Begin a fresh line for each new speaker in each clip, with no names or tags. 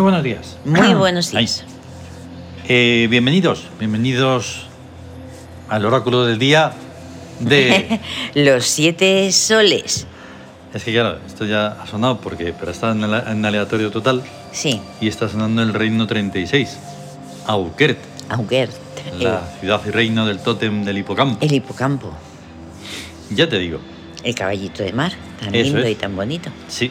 buenos días.
Muy buenos días.
Eh, bienvenidos, bienvenidos al oráculo del día de...
Los siete soles.
es que claro, esto ya ha sonado porque pero está en, ale- en aleatorio total
Sí,
y está sonando el reino 36, Aukert,
Auger.
la ciudad y reino del tótem del hipocampo.
er, El hipocampo.
Ya te digo,
El caballito de mar. Tan
Eso
lindo
es.
y tan bonito.
sí,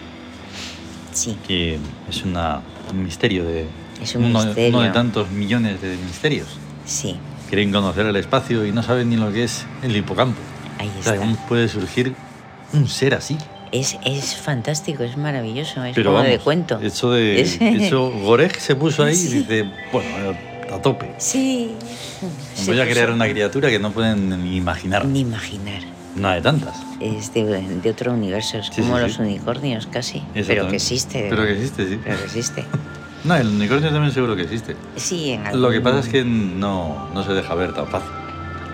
Sí.
que es una, un misterio de...
Es un
uno,
misterio.
uno de tantos millones de misterios.
Sí.
Quieren conocer el espacio y no saben ni lo que es el hipocampo.
Ahí
O sea,
está.
¿Cómo puede surgir un ser así?
Es, es fantástico, es maravilloso. Es
Pero
como
vamos,
de cuento.
Eso de.
Es-
Eso, Goreg se puso ahí
Sí.
y dice, bueno, a- a tope.
Sí. Se
Voy a
puso-
crear una criatura que no pueden ni imaginar.
Ni imaginar.
Una de tantas.
Es de, de otro universo. Es
Sí,
como
sí,
los
sí.
unicornios casi. Pero
Exactamente.
que existe.
Pero que existe, sí.
pero que existe.
No, el unicornio también seguro que existe.
Sí, en algún...
Lo que pasa es que no, no se deja ver tan fácil.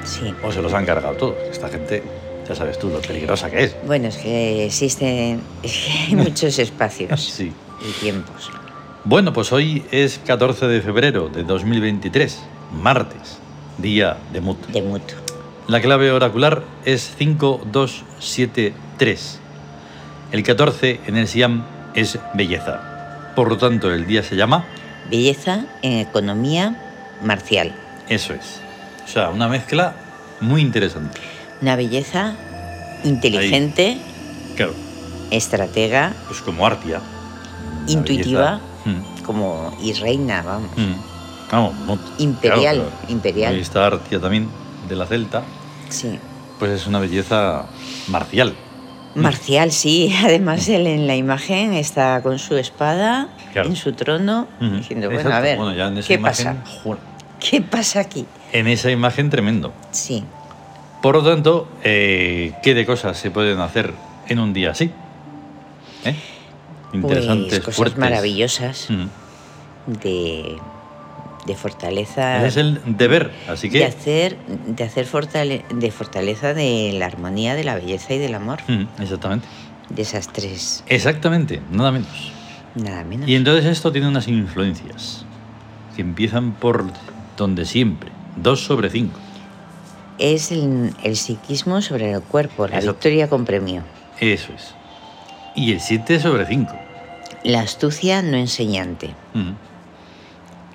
Sí.
O se los han cargado todos. Esta gente, ya sabes tú lo peligrosa que es.
Bueno, es que existen es que hay muchos espacios
Sí.
y tiempos.
Bueno, pues hoy es 14 de febrero de 2023, martes, día de Mut.
De mutuo.
La clave oracular es 5273. El 14 en el Siam es belleza. Por lo tanto, el día se llama
Belleza en economía marcial.
Eso es. O sea, una mezcla muy interesante.
Una belleza inteligente,
Claro,
estratega,
pues como Artia. La
Intuitiva.
belleza.
como y reina, vamos.
Mm, mm. Vamos, no-
Imperial,
claro, claro. Ahí
imperial.
está Artia también, de la Celta.
Sí.
Pues es una belleza marcial.
Marcial, sí. Además, él en la imagen está con su espada
Claro.
en su trono,
Mm,
diciendo, bueno,
exacto.
a ver,
Bueno, ya en esa
¿qué
imagen,
pasa?
joder,
¿Qué pasa aquí?
en esa imagen tremendo.
Sí,
Por lo tanto, eh, ¿qué de cosas se pueden hacer en un día así? ¿Eh? Interesantes,
pues cosas
fuertes.
maravillosas
Mm.
de, de fortaleza.
Ese es el deber, así que...
De hacer, de hacer fortale- de fortaleza de la armonía, de la belleza y del amor.
Mm, exactamente.
De esas tres,
Exactamente, nada menos.
nada menos.
Y entonces esto tiene unas influencias que empiezan por donde siempre, 2 sobre 5.
Es el, el psiquismo sobre el cuerpo, la
Eso.
victoria con premio.
Eso es. Y el 7 sobre 5.
La astucia no enseñante,
Mm,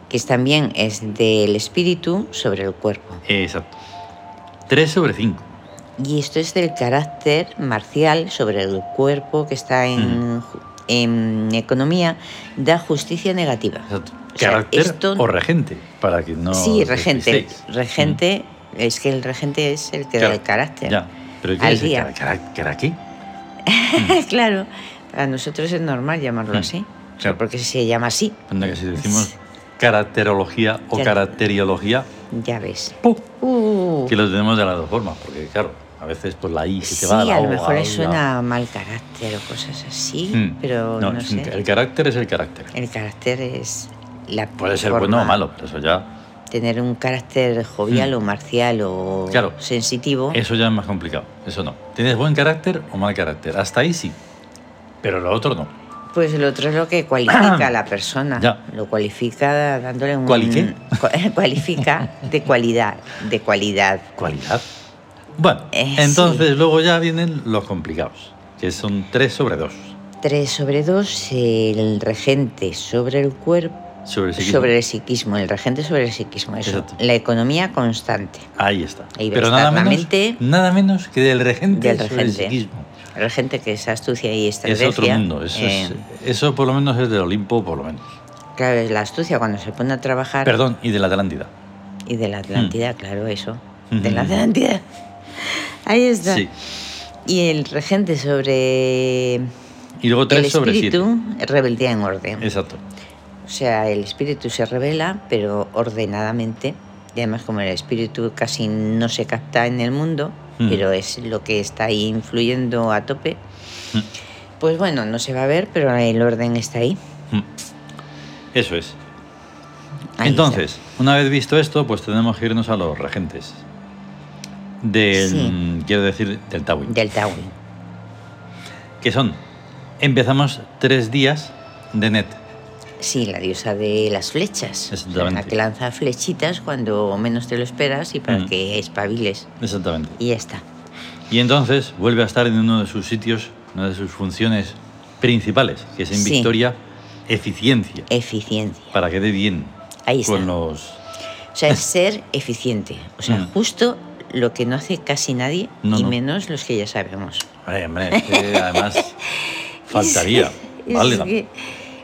que es también es del espíritu sobre el cuerpo.
Exacto. 3 sobre 5.
Y esto es del carácter marcial sobre el cuerpo que está en,
Mm.
ju- en economía, da justicia negativa.
Exacto.
O sea,
Carácter
esto-
o regente, para que no...
sí,
os
regente.
despistéis. Mm.
Regente, es que el regente es el que da el carácter.
Ya. ¿Pero qué
Al
es el
día.
cara- cara- cara qué?
claro, para nosotros es normal llamarlo
Mm.
así. O sea,
Claro.
Porque se llama así,
Anda, que si decimos caracterología o
Ya.
caracteriología,
ya ves.
¡pum!
Uh,
que lo tenemos de las dos formas, porque claro, a veces pues la I se
sí,
te va a la
a
O,
lo mejor
la
le
U, la-
suena a mal carácter o cosas así,
Mm.
pero no,
es un-
sé.
El carácter es el carácter.
El carácter es la
Puede ser
forma-
bueno o malo, pero eso ya,
Tener un carácter jovial
Mm.
o marcial o
Claro.
sensitivo.
eso ya es más complicado. Eso no. ¿Tienes buen carácter o mal carácter? Hasta ahí sí. Pero lo otro no.
Pues lo otro es lo que cualifica a la persona.
Ya.
Lo cualifica dándole un.
¿Cuali qué?
cua- cualifica de cualidad. De cualidad.
Cualidad. Bueno,
Eh,
entonces luego ya vienen los complicados, que son 3 sobre 2.
3 sobre 2, el regente sobre el cuerpo.
Sobre el psiquismo.
Sobre el psiquismo, el regente sobre el psiquismo, eso.
Exacto.
La economía constante.
Ahí está.
Ahí va a
Pero
estar
nada
la
menos,
mente.
nada menos que del regente
Del
sobre el
regente.
psiquismo.
El regente que es astucia y
Es
estrategia.
otro mundo. Eso, es-
eh,
eso por lo menos es del Olimpo, por lo menos.
Claro, es la astucia cuando se pone a trabajar.
Perdón, Mm. y de la Atlántida.
Y de la Atlántida, claro, eso. De la
Ujú.
Atlántida. Ahí está.
Mm-hmm. Sí.
Y el regente sobre
Y luego
el
3 sobre 7.
espíritu, rebeldía en orden.
Exacto.
O sea, el espíritu se revela, pero ordenadamente. Y además, como el espíritu casi no se capta en el mundo,
Mm.
pero es lo que está ahí influyendo a tope,
Mm.
pues bueno, no se va a ver, pero el orden está ahí.
Mm. Eso es.
Ahí
Entonces, una vez visto esto, pues tenemos que irnos a los regentes. Del,
Sí.
quiero decir, del Tawin.
está, Del Tawin.
Que son, empezamos tres días de net.
Sí, la diosa de las flechas.
Exactamente.
la que lanza flechitas cuando menos te lo esperas y para
Mm.
que espabiles.
Exactamente.
Y ya está.
Y entonces vuelve a estar en uno de sus sitios, una de sus funciones principales, que es en
Sí.
Victoria, eficiencia,
Eficiencia.
para que dé bien
Ahí está.
con los...
O sea, es ser eficiente. O sea,
Mm.
justo lo que no hace casi nadie
No,
y
no.
menos los que ya sabemos.
Hombre, hombre, es que además faltaría,
Es
¿vale?
que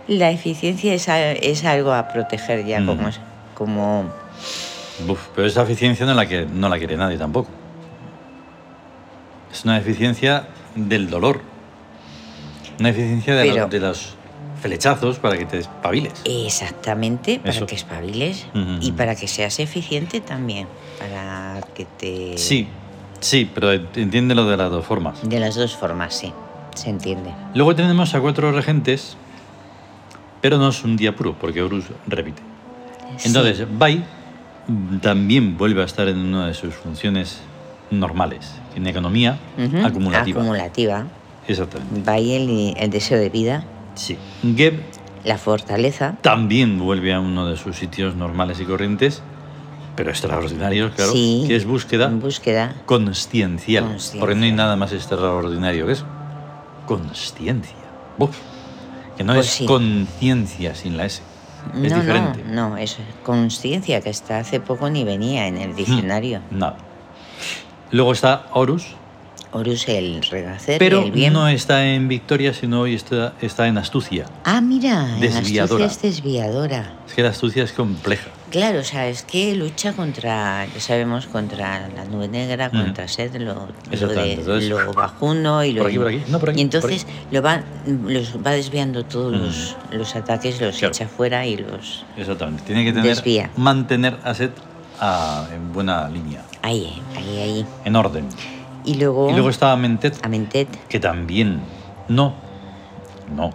la eficiencia es, a- es algo a proteger ya
Mm.
como, como...
Buf, pero esa eficiencia no la, que, no la quiere nadie tampoco. Es una eficiencia del dolor. Una eficiencia de,
Pero- Eh.
los, de los flechazos para que te espabiles.
Exactamente, para
Eso.
que espabiles
Mm, mm,
y
mm.
para que seas eficiente también, para que te...
Sí, sí, pero entiéndelo de las dos formas.
De las dos formas, sí, se entiende.
Luego tenemos a cuatro regentes, pero no es un día puro, porque Horus repite.
Sí.
Entonces, Bai mm, también vuelve a estar en una de sus funciones normales, en economía
Ujú,
acumulativa.
Acumulativa.
Exactamente.
Va ahí el, el deseo de vida,
Sí. Geb
la fortaleza.
también vuelve a uno de sus sitios normales y corrientes, pero extraordinarios, claro,
sí,
que es búsqueda
Búsqueda.
consciencial,
Consciencial.
porque no hay nada más extraordinario que eso. Consciencia. Uf, que no
Pues
es
sí.
conciencia sin la S. Es
no,
diferente.
no, no, es conciencia que hasta hace poco ni venía en el
Mm.
diccionario.
Nada. Luego está Horus,
Horus el renacer,
pero
el bien.
no está en Victoria, sino hoy está, está en Astucia.
Ah, mira, en
Desviadora.
astucia es desviadora.
Es que la astucia es compleja.
Claro, o sea, es que lucha contra, ya sabemos, contra la nube negra,
Ujú.
contra sed, lo, lo, de,
Mm. Exactamente, entonces-
lo bajuno y lo...
Por aquí, por aquí. No, por aquí,
Y
por
entonces Lo va, los va desviando todos los, los ataques, los
Claro.
echa fuera y los...
Exactamente. Tiene que tener,
Desvía.
mantener a Set a- en buena línea,
Ahí, eh, ahí, ahí.
en orden.
Y luego,
Y luego está Mentet,
Amentet.
que también. No, no,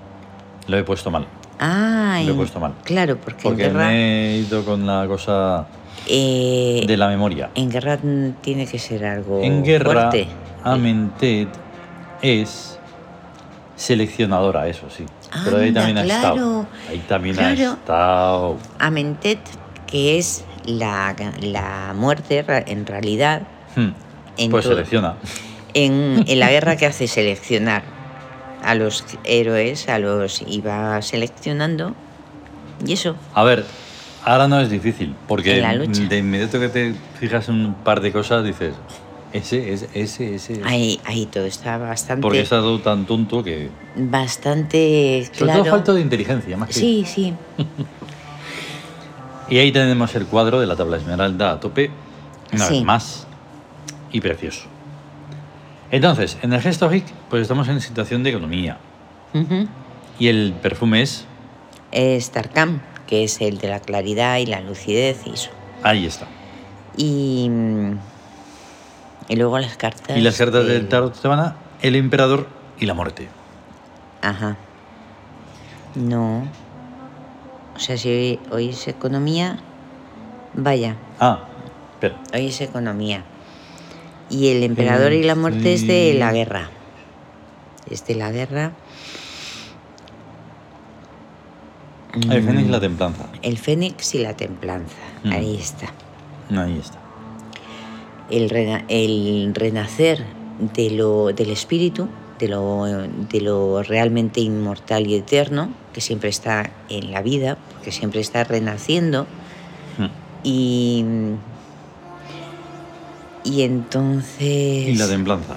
lo he puesto mal.
Ah,
Lo he
en-
puesto mal.
Claro, porque,
Porque
en guerra...
me he ido con la cosa
eh,
de la memoria.
En guerra mm, tiene que ser algo
En guerra,
fuerte.
Amentet es seleccionadora, eso sí. Pero ahí
Anda,
también ha
claro,
estado. Ahí también ha
claro.
estado.
Eh, Amentet, que es la, la muerte ra- en realidad
Hmm.
En
Pues
todo.
selecciona.
en, en la guerra que hace seleccionar a los héroes, a los iba seleccionando y eso.
A ver, ahora no es difícil, porque
En la lucha.
de inmediato que te fijas en un par de cosas dices, ese, ese, ese, ese. ese.
Ahí, ahí todo está bastante,
Porque he estado tan tonto que.
bastante
Sobre
claro.
todo falta de inteligencia, más que.
Sí, sí.
Y ahí tenemos el cuadro de la tabla esmeralda a tope, una
Sí.
vez más, y precioso. Entonces, en el gesto hic, pues estamos en situación de economía.
Ujú.
Y el perfume es.
Es Tarkam, Eh, que es el de la claridad y la lucidez y eso.
Ahí está.
Y, mm, y luego las cartas.
Y las cartas del
del-
tarot te van a el emperador y la muerte.
Ajá. No. O sea, si hoy, hoy es economía, vaya,
Ah, espera.
hoy es economía. Y el emperador
Mm,
y la muerte es de la guerra. Es de la guerra.
El fénix y la templanza.
Mm, El fénix y la templanza.
Mm.
Ahí está.
Ahí está.
El, rena- el renacer de lo, del espíritu, de lo, de lo realmente inmortal y eterno, que siempre está en la vida, que siempre está renaciendo.
Hmm.
Y. Y entonces.
Y la templanza.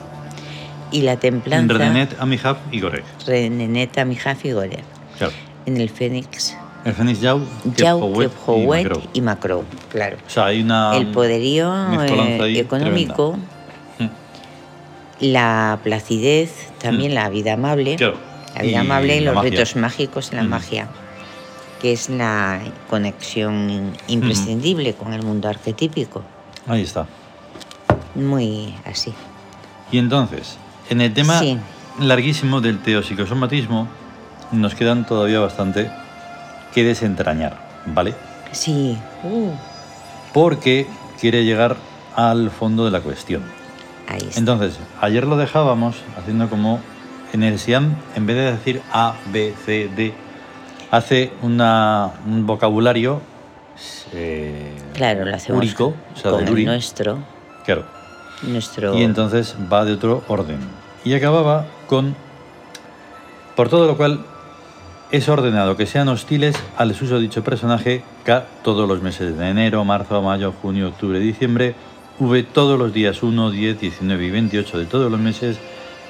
y la templanza.
Renenet, Amihab y Gorek.
Reneneta Mijaf y Gorer.
Claro.
En el Fénix.
El Fénix Yau,
Yao,
Kephowet y
Kephowet
Macro.
y Macro, claro.
O sea, hay una.
el poderío
mezcolanza
eh,
ahí
económico.
tremenda.
La placidez, también
Mm.
la vida amable.
Claro.
La vida
Y
amable y
la
los
magia.
ritos mágicos, la
Mm.
magia, que es la conexión imprescindible
Mm.
con el mundo arquetípico.
Ahí está.
Muy así.
Y entonces, en el tema
Sí.
larguísimo del teopsicosomatismo, nos quedan todavía bastante que desentrañar, ¿vale?
Sí. Uh,
Porque quiere llegar al fondo de la cuestión.
ahí está.
Entonces, ayer lo dejábamos haciendo como en el SIAM, en vez de decir A, B, C, D, hace una- un vocabulario eh,
Claro, lo hacemos
úrico, o sea,
con
del
el
uri,
nuestro,
claro.
nuestro
Y entonces va de otro orden. Y acababa con, por todo lo cual es ordenado que sean hostiles al uso de dicho personaje K todos los meses de enero, marzo, mayo, junio, octubre, diciembre, V todos los días 1, 10, 19 y 28 de todos los meses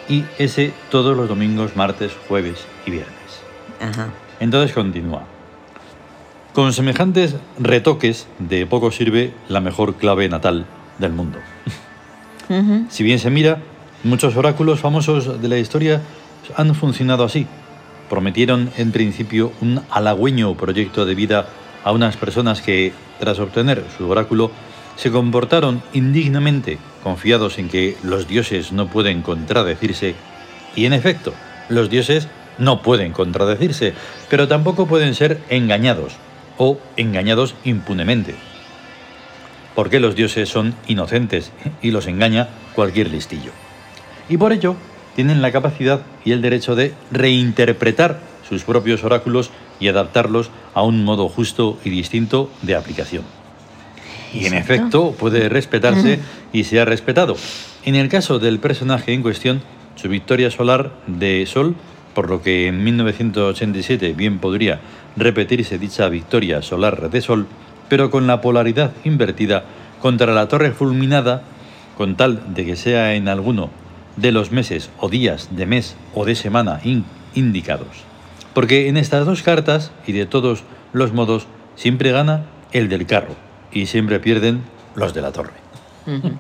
y S todos los domingos, martes, jueves y viernes.
Ajá.
Entonces continúa. Con semejantes retoques de poco sirve la mejor clave natal del mundo.
Ujú.
Si bien se mira, muchos oráculos famosos de la historia han funcionado así. Prometieron en principio un halagüeño proyecto de vida a unas personas que, tras obtener su oráculo, se comportaron indignamente, confiados en que los dioses no pueden contradecirse. Y en efecto, los dioses no pueden contradecirse, pero tampoco pueden ser engañados o engañados impunemente porque los dioses son inocentes y los engaña cualquier listillo. Y por ello tienen la capacidad y el derecho de reinterpretar sus propios oráculos y adaptarlos a un modo justo y distinto de aplicación. Y en
Exacto.
efecto puede respetarse y se ha respetado. En el caso del personaje en cuestión, su victoria solar de Sol, por lo que en 1987 bien podría repetirse dicha victoria solar de Sol, pero con la polaridad invertida contra la torre fulminada, con tal de que sea en alguno de los meses o días de mes o de semana in- indicados. Porque en estas dos cartas, y de todos los modos, siempre gana el del carro y siempre pierden los de la torre.
Ujú.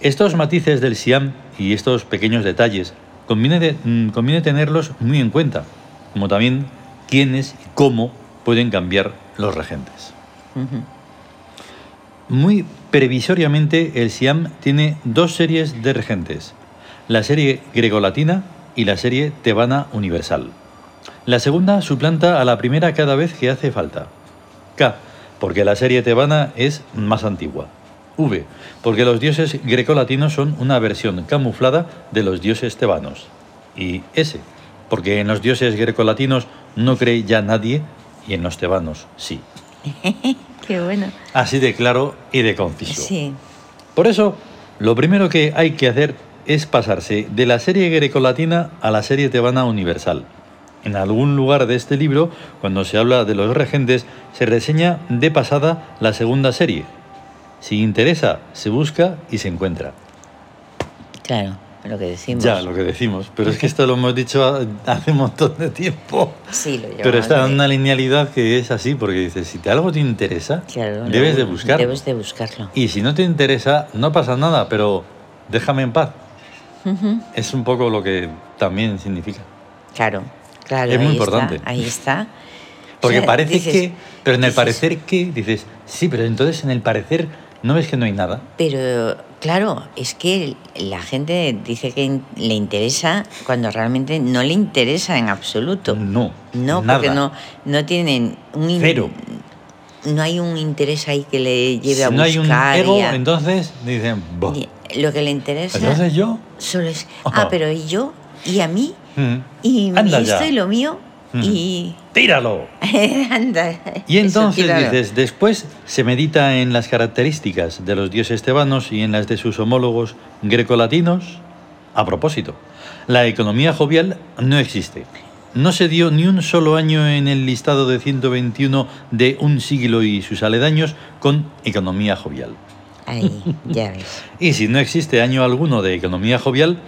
Estos matices del Siam y estos pequeños detalles conviene, de- mm, conviene tenerlos muy en cuenta, como también quiénes y cómo pueden cambiar los regentes.
Ujú.
Muy previsoriamente, el Siam tiene dos series de regentes, la serie grecolatina y la serie tebana universal. La segunda suplanta a la primera cada vez que hace falta. K, porque la serie tebana es más antigua. V, porque los dioses grecolatinos son una versión camuflada de los dioses tebanos. Y S, porque en los dioses grecolatinos no cree ya nadie y en los tebanos sí.
Qué bueno.
Así de claro y de conciso.
Sí.
Por eso, lo primero que hay que hacer es pasarse de la serie grecolatina a la serie tebana universal. En algún lugar de este libro, cuando se habla de los regentes, se reseña de pasada la segunda serie. Si interesa, se busca y se encuentra.
Claro, lo que decimos.
Ya, lo que decimos, pero es que esto lo hemos dicho ha- hace un montón de tiempo.
Sí, lo llevamos
Pero está en
de-
una linealidad que es así, porque dices, si te algo te interesa,
Claro,
debes
lo-
de buscarlo.
Debes de buscarlo.
Y si no te interesa, no pasa nada, pero déjame en paz.
Ujú.
Es un poco lo que también significa.
Claro, claro.
Es muy
ahí
importante.
Está, ahí está.
Porque
O sea,
parece
dices-
que, pero en el
dices,
parecer que, dices, sí, pero entonces en el parecer no ves que no hay nada.
Pero claro, es que la gente dice que in- le interesa cuando realmente no le interesa en absoluto.
No,
No,
nada.
porque no, no tienen un in-
Cero.
No hay un interés ahí que le lleve
Si
a
no
buscar.
hay un ego,
y a-
entonces dicen, "Buah".
y Lo que le interesa
entonces Oh. yo,
solo es, ah,
Ojo.
pero ¿y yo? ¿Y a mí?
mm,
¿Y
Anda
esto
ya.
y lo mío?
Ujú.
Y...
tíralo.
Anda,
Y
eso,
entonces
tíralo.
dices, después se medita en las características de los dioses tebanos y en las de sus homólogos grecolatinos. A propósito, la economía jovial no existe. No se dio ni un solo año en el listado de 121 de un siglo y sus aledaños con economía jovial.
Ahí, ya ves.
Y si no existe año alguno de economía jovial,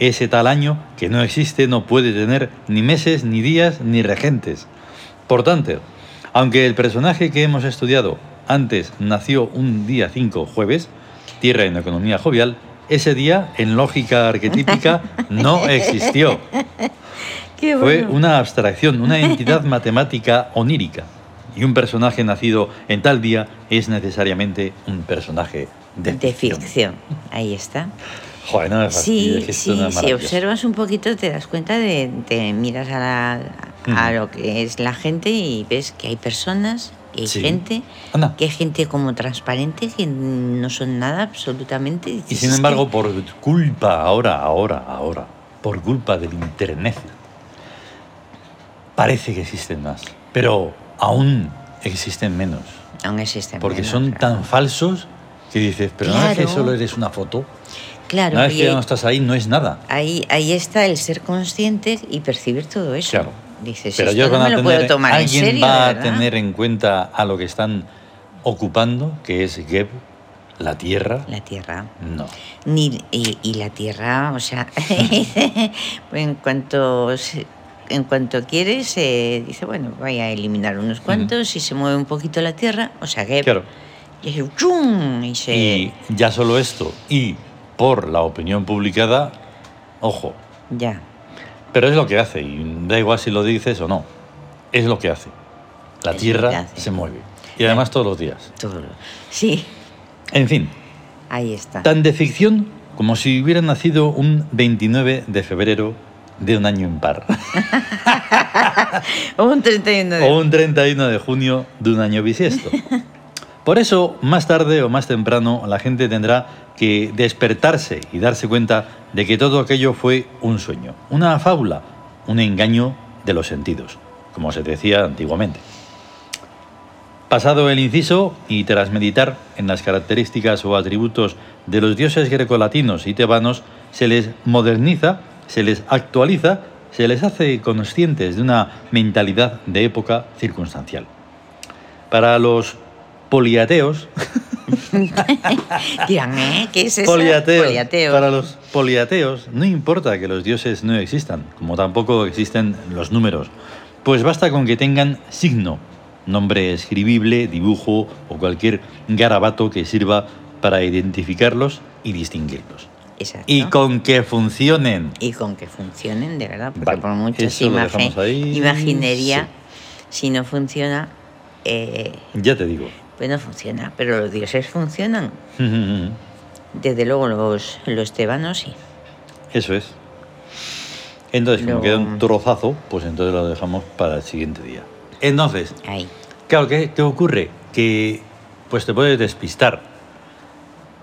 ese tal año que no existe no puede tener ni meses, ni días, ni regentes. Por tanto, aunque el personaje que hemos estudiado antes nació un día 5 jueves, tierra en economía jovial, ese día, en lógica arquetípica, no existió.
Qué
Fue
bueno.
una abstracción, una entidad matemática onírica. Y un personaje nacido en tal día es necesariamente un personaje de
de ficción. Ahí está.
Joder, no me fastidies,
Sí,
que esto
sí,
no es
si
maravilloso.
observas un poquito te das cuenta de, te miras a, la- a
Ujú.
lo que es la gente y ves que hay personas, que hay
Sí.
gente,
Anda.
que hay gente como transparente que no son nada absolutamente.
Y
dices,
sin
"Es
embargo, por culpa, ahora, ahora, ahora, por culpa del Internet, parece que existen más, pero aún existen menos.
Aún existen.
Porque
menos,
son
claro.
tan falsos que dices, pero no es que
Claro.
solo eres una foto,
Claro,
no es
y
que
ahí-
no estás ahí, no es nada.
ahí, ahí está el ser consciente y percibir todo eso.
Claro.
Dices,
Pero
esto
ellos
no
van
me
a
lo puedo
tener,
tomar en
alguien
serio,
va
de
a
verdad.
tener en cuenta a lo que están ocupando, que es Geb, la tierra.
La tierra.
No.
Ni, y, y la tierra, o sea, en cuanto se- en cuanto quiere se dice, bueno, voy a eliminar unos cuantos y se mueve un poquito la tierra, o sea, que
Claro.
y, hace ¡chum! y se
Y ya solo esto, y por la opinión publicada, ojo,
ya.
pero es lo que hace, y da igual si lo dices o no, es lo que hace. La
Es lo que
tierra
hace.
se mueve, y además todos los días.
Todo. lo- Sí,
En fin,
ahí está.
tan de ficción como si hubiera nacido un 29 de febrero de un año impar,
Un 31 de
o un 31 de junio de un año bisiesto. Por eso, más tarde o más temprano, la gente tendrá que despertarse y darse cuenta de que todo aquello fue un sueño, una fábula, un engaño de los sentidos, como se decía antiguamente. Pasado el inciso y tras meditar en las características o atributos de los dioses grecolatinos y tebanos, se les moderniza, se les actualiza, se les hace conscientes de una mentalidad de época circunstancial. Para los poliateos,
Dirán, ¿eh? ¿Qué es eso?
poliateos,
Poliateo.
para los poliateos no importa que los dioses no existan, como tampoco existen los números, pues basta con que tengan signo, nombre escribible, dibujo o cualquier garabato que sirva para identificarlos y distinguirlos.
Exacto.
Y con que funcionen.
y con que funcionen, de verdad, porque
Vale,
por muchas
eso lo
imagen,
dejamos ahí,
imaginería, si no funciona, eh,
Ya te digo.
pues no funciona, pero los dioses funcionan. Desde luego los, los tebanos sí.
Eso es. Entonces, como
Luego-
queda un trozazo, pues entonces lo dejamos para el siguiente día. Entonces,
Ahí.
Claro, ¿qué, qué ocurre? Que pues te puedes despistar,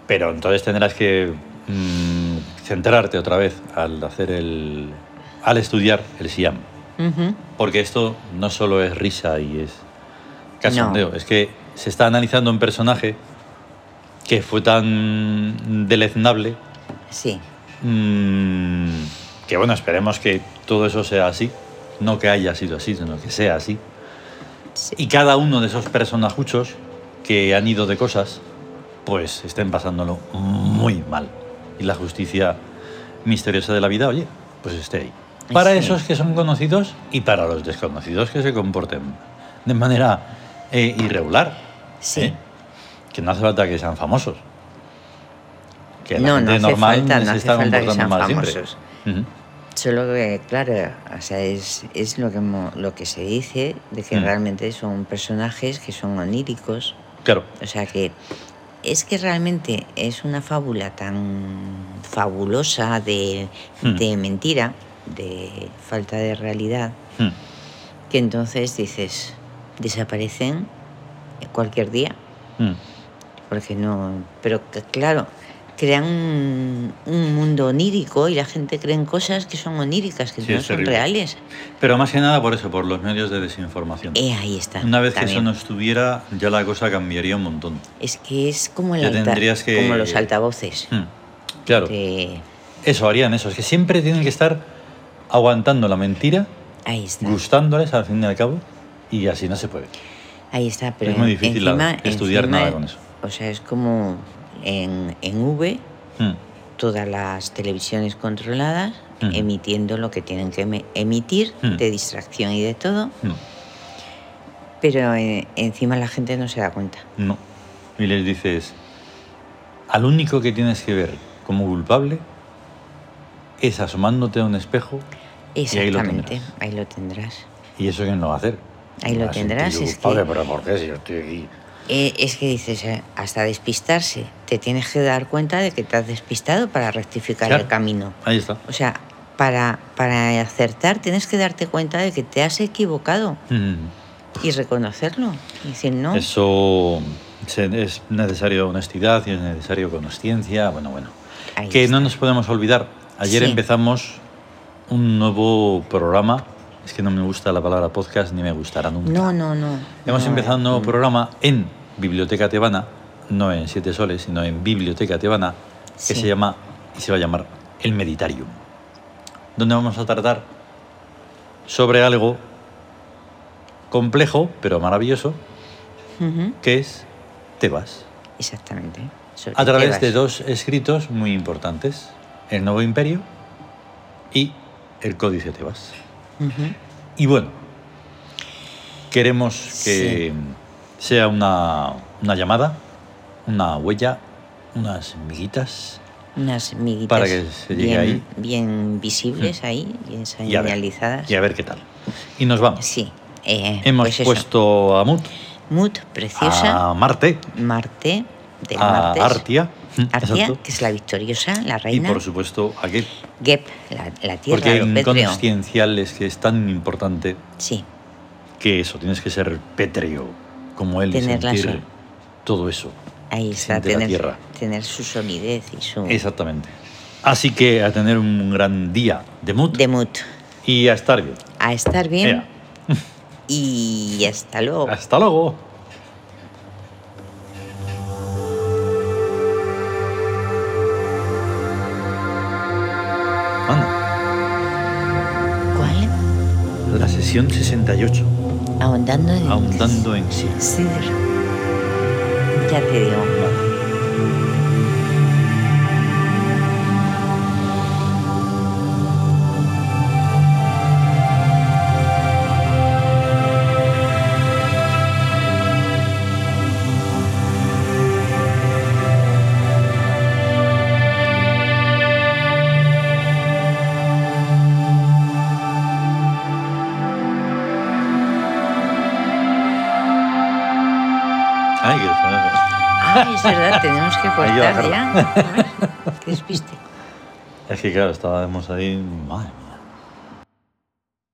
pero entonces tendrás que mm, centrarte otra vez al hacer el, al estudiar el SIAM,
Ujú.
porque esto no solo es risa y es cachondeo, es que se está analizando un personaje que fue tan deleznable
Sí,
mm, que bueno, esperemos que todo eso sea así, no que haya sido así, sino que sea así.
sí.
Y cada uno de esos personajuchos que han ido de cosas, pues estén pasándolo muy mal. Y la justicia misteriosa de la vida, oye, pues esté ahí. Para
Sí.
esos que son conocidos y para los desconocidos que se comporten de manera eh, irregular.
Sí.
¿eh? Que no hace falta que sean famosos. Que la
No, no
gente
hace
normal
falta, no
se
hace
está
falta que
comportando
sean
mal siempre.
famosos.
Ujú.
Solo que, claro, o sea, es, es lo, que, mo- lo que se dice, de que
Mm.
realmente son personajes que son oníricos.
Claro,
O sea que es que realmente es una fábula tan fabulosa de,
Hmm.
de mentira, de falta de realidad,
Mm.
que entonces dices, desaparecen cualquier día,
Mm.
porque no... Pero que, claro, crean un, un mundo onírico y la gente cree en cosas que son oníricas, que
Sí,
no
es
son
terrible.
reales.
pero más que nada por eso, por los medios de desinformación.
Eh, ahí está.
Una vez que eso
también.
no estuviera, ya la cosa cambiaría un montón.
Es que es como, el
Ya
alta-
tendrías que-
como los altavoces.
Hmm, Claro,
que-
eso harían eso. Es que siempre tienen que estar aguantando la mentira,
ahí está.
gustándoles al fin y al cabo, y así no se puede.
Ahí está, pero
Es muy difícil
encima-
estudiar
encima,
nada con eso.
O sea, es como en, en V,
Hmm,
todas las televisiones controladas,
Ujú.
emitiendo lo que tienen que eme- emitir,
Mm.
de distracción y de todo,
No,
pero eh, encima la gente no se da cuenta.
no. Y les dices, al único que tienes que ver como culpable es asomándote a un espejo, Y ahí lo
Exactamente,
tendrás.
ahí lo tendrás.
y eso quién lo va a hacer.
Ahí lo
Va a
tendrás,
sentir
es que-
culpable, pero ¿por qué si yo estoy aquí?
Eh, es que dices, eh, hasta despistarse, te tienes que dar cuenta de que te has despistado para rectificar
Claro.
el camino.
Ahí está.
O sea, para, para acertar tienes que darte cuenta de que te has equivocado.
Hmm.
Y reconocerlo. Y decir, no.
Eso se- es necesario honestidad y es necesario consciencia. Bueno, bueno.
ahí
que
está.
no nos podemos olvidar. Ayer
Sí.
empezamos un nuevo programa Es que no me gusta la palabra podcast ni me gustará nunca.
No, no, no.
Hemos
no, eh, mm.
empezado un
no.
nuevo programa en Biblioteca Tebana, no en Siete Soles, sino en Biblioteca Tebana, que
Sí.
se llama y se va a llamar El Meditarium, donde vamos a tratar sobre algo complejo, pero maravilloso,
Ujú,
que es Tebas,
Exactamente. Sobre
a través de
Eh, Tebas.
dos escritos muy importantes, El Nuevo Imperio y El Códice Tebas.
Ujú.
Y bueno, queremos que sea una, una llamada, una huella, unas miguitas.
Unas miguitas
Para que se llegue
bien,
ahí.
bien visibles ahí, bien
Y a, ver,
señalizadas.
y a ver qué tal. Y nos vamos.
Sí. eh,
Hemos
pues eso.
puesto Ah. a Mut,
Mut, preciosa,
a Marte,
Marte, del
a
martes.
Artia.
Artia,
Ah, exacto,
que es la victoriosa, la
Y
reina.
por supuesto a Gep,
Gep, la, la tierra,
porque
lo
en
pétreo.
Consciencial es que es tan importante
Sí,
que eso, tienes que ser pétreo como él y
Tener la
sentir
sol-
todo eso.
ahí está,
Siente la
tener,
tierra.
tener su solidez y su...
Exactamente. Así que a tener un gran día de mood
De Mut.
y a estar bien.
A estar bien Oh.
Ea.
y hasta luego.
Hasta luego. Anda,
¿Cuál?
la sesión 68,
Ahondando en...
ahondando en sí.
Sí, ya te digo.
Ay, que-
Ah, es verdad, tenemos que
Ahí va,
cortar ya. Ay, Qué despiste.
Es que claro, estábamos ahí. Madre mía.